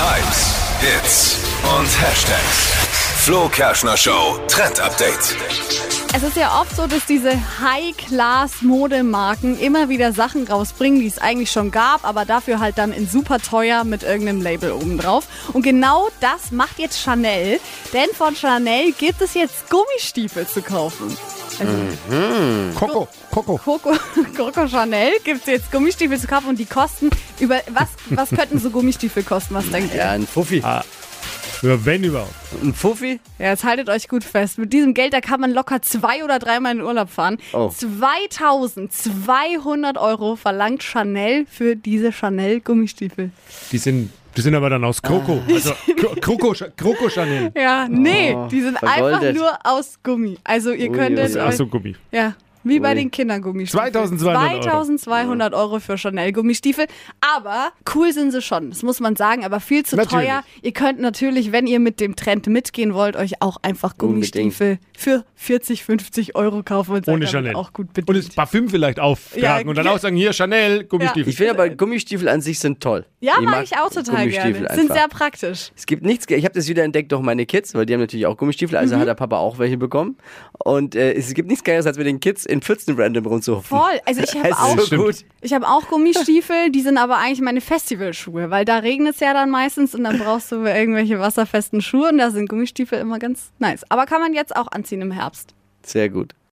Hypes, Hits und Hashtags. Flo Kerschner Show Trend Update. Es ist ja oft so, dass diese High-Class-Modemarken immer wieder Sachen rausbringen, die es eigentlich schon gab, aber dafür halt dann in super teuer mit irgendeinem Label obendrauf. Und genau das macht jetzt Chanel, denn von Chanel gibt es jetzt Gummistiefel zu kaufen. Coco, Coco. Coco, Coco Chanel gibt es jetzt Gummistiefel zu kaufen und die kosten über was, was könnten so Gummistiefel kosten? Was denkt ihr? Ja, ein Fuffi. Ja, wenn überhaupt. Ein Fuffi? Ja, jetzt haltet euch gut fest. Mit diesem Geld, da kann man locker zwei oder dreimal in den Urlaub fahren. Oh. 2200 Euro verlangt Chanel für diese Chanel-Gummistiefel. Die sind, die sind aber dann aus Coco. Also Kro- Kroko, Sch- Kroko Chanel. Ja, nee, die sind einfach Oh, vergoldet. nur aus Gummi. Also ihr könntet. ui. euch- Ach so, Gummi. Ja. Wie bei Ui. den Kindergummistiefeln. 2200 Euro. 2200 Euro für Chanel-Gummistiefel. Aber cool sind sie schon, das muss man sagen, aber viel zu Natürlich. teuer. Ihr könnt natürlich, wenn ihr mit dem Trend mitgehen wollt, euch auch einfach Unbedingt. Gummistiefel für 40, 50 Euro kaufen und seid Ohne damit Chanel. auch gut Und das bedient. Parfüm vielleicht auftragen Ja, und dann ja. auch sagen, hier Chanel, Gummistiefel. Ich finde aber Gummistiefel an sich sind toll. Ja, mag, mag ich auch total Gummistiefel gerne. Einfach. Sind sehr praktisch. es gibt nichts, ich habe das wieder entdeckt durch meine Kids, weil die haben natürlich auch Gummistiefel, also Mhm. hat der Papa auch welche bekommen. Und äh, es gibt nichts Geiles, als mit den Kids in Pfützen random rumzuhupfen. Voll. Also ich habe Es auch, ist so gut. ich hab auch Gummistiefel, die sind aber eigentlich meine Festivalschuhe, weil da regnet es ja dann meistens und dann brauchst du irgendwelche wasserfesten Schuhe und da sind Gummistiefel immer ganz nice. Aber kann man jetzt auch anziehen im Herbst. Sehr gut.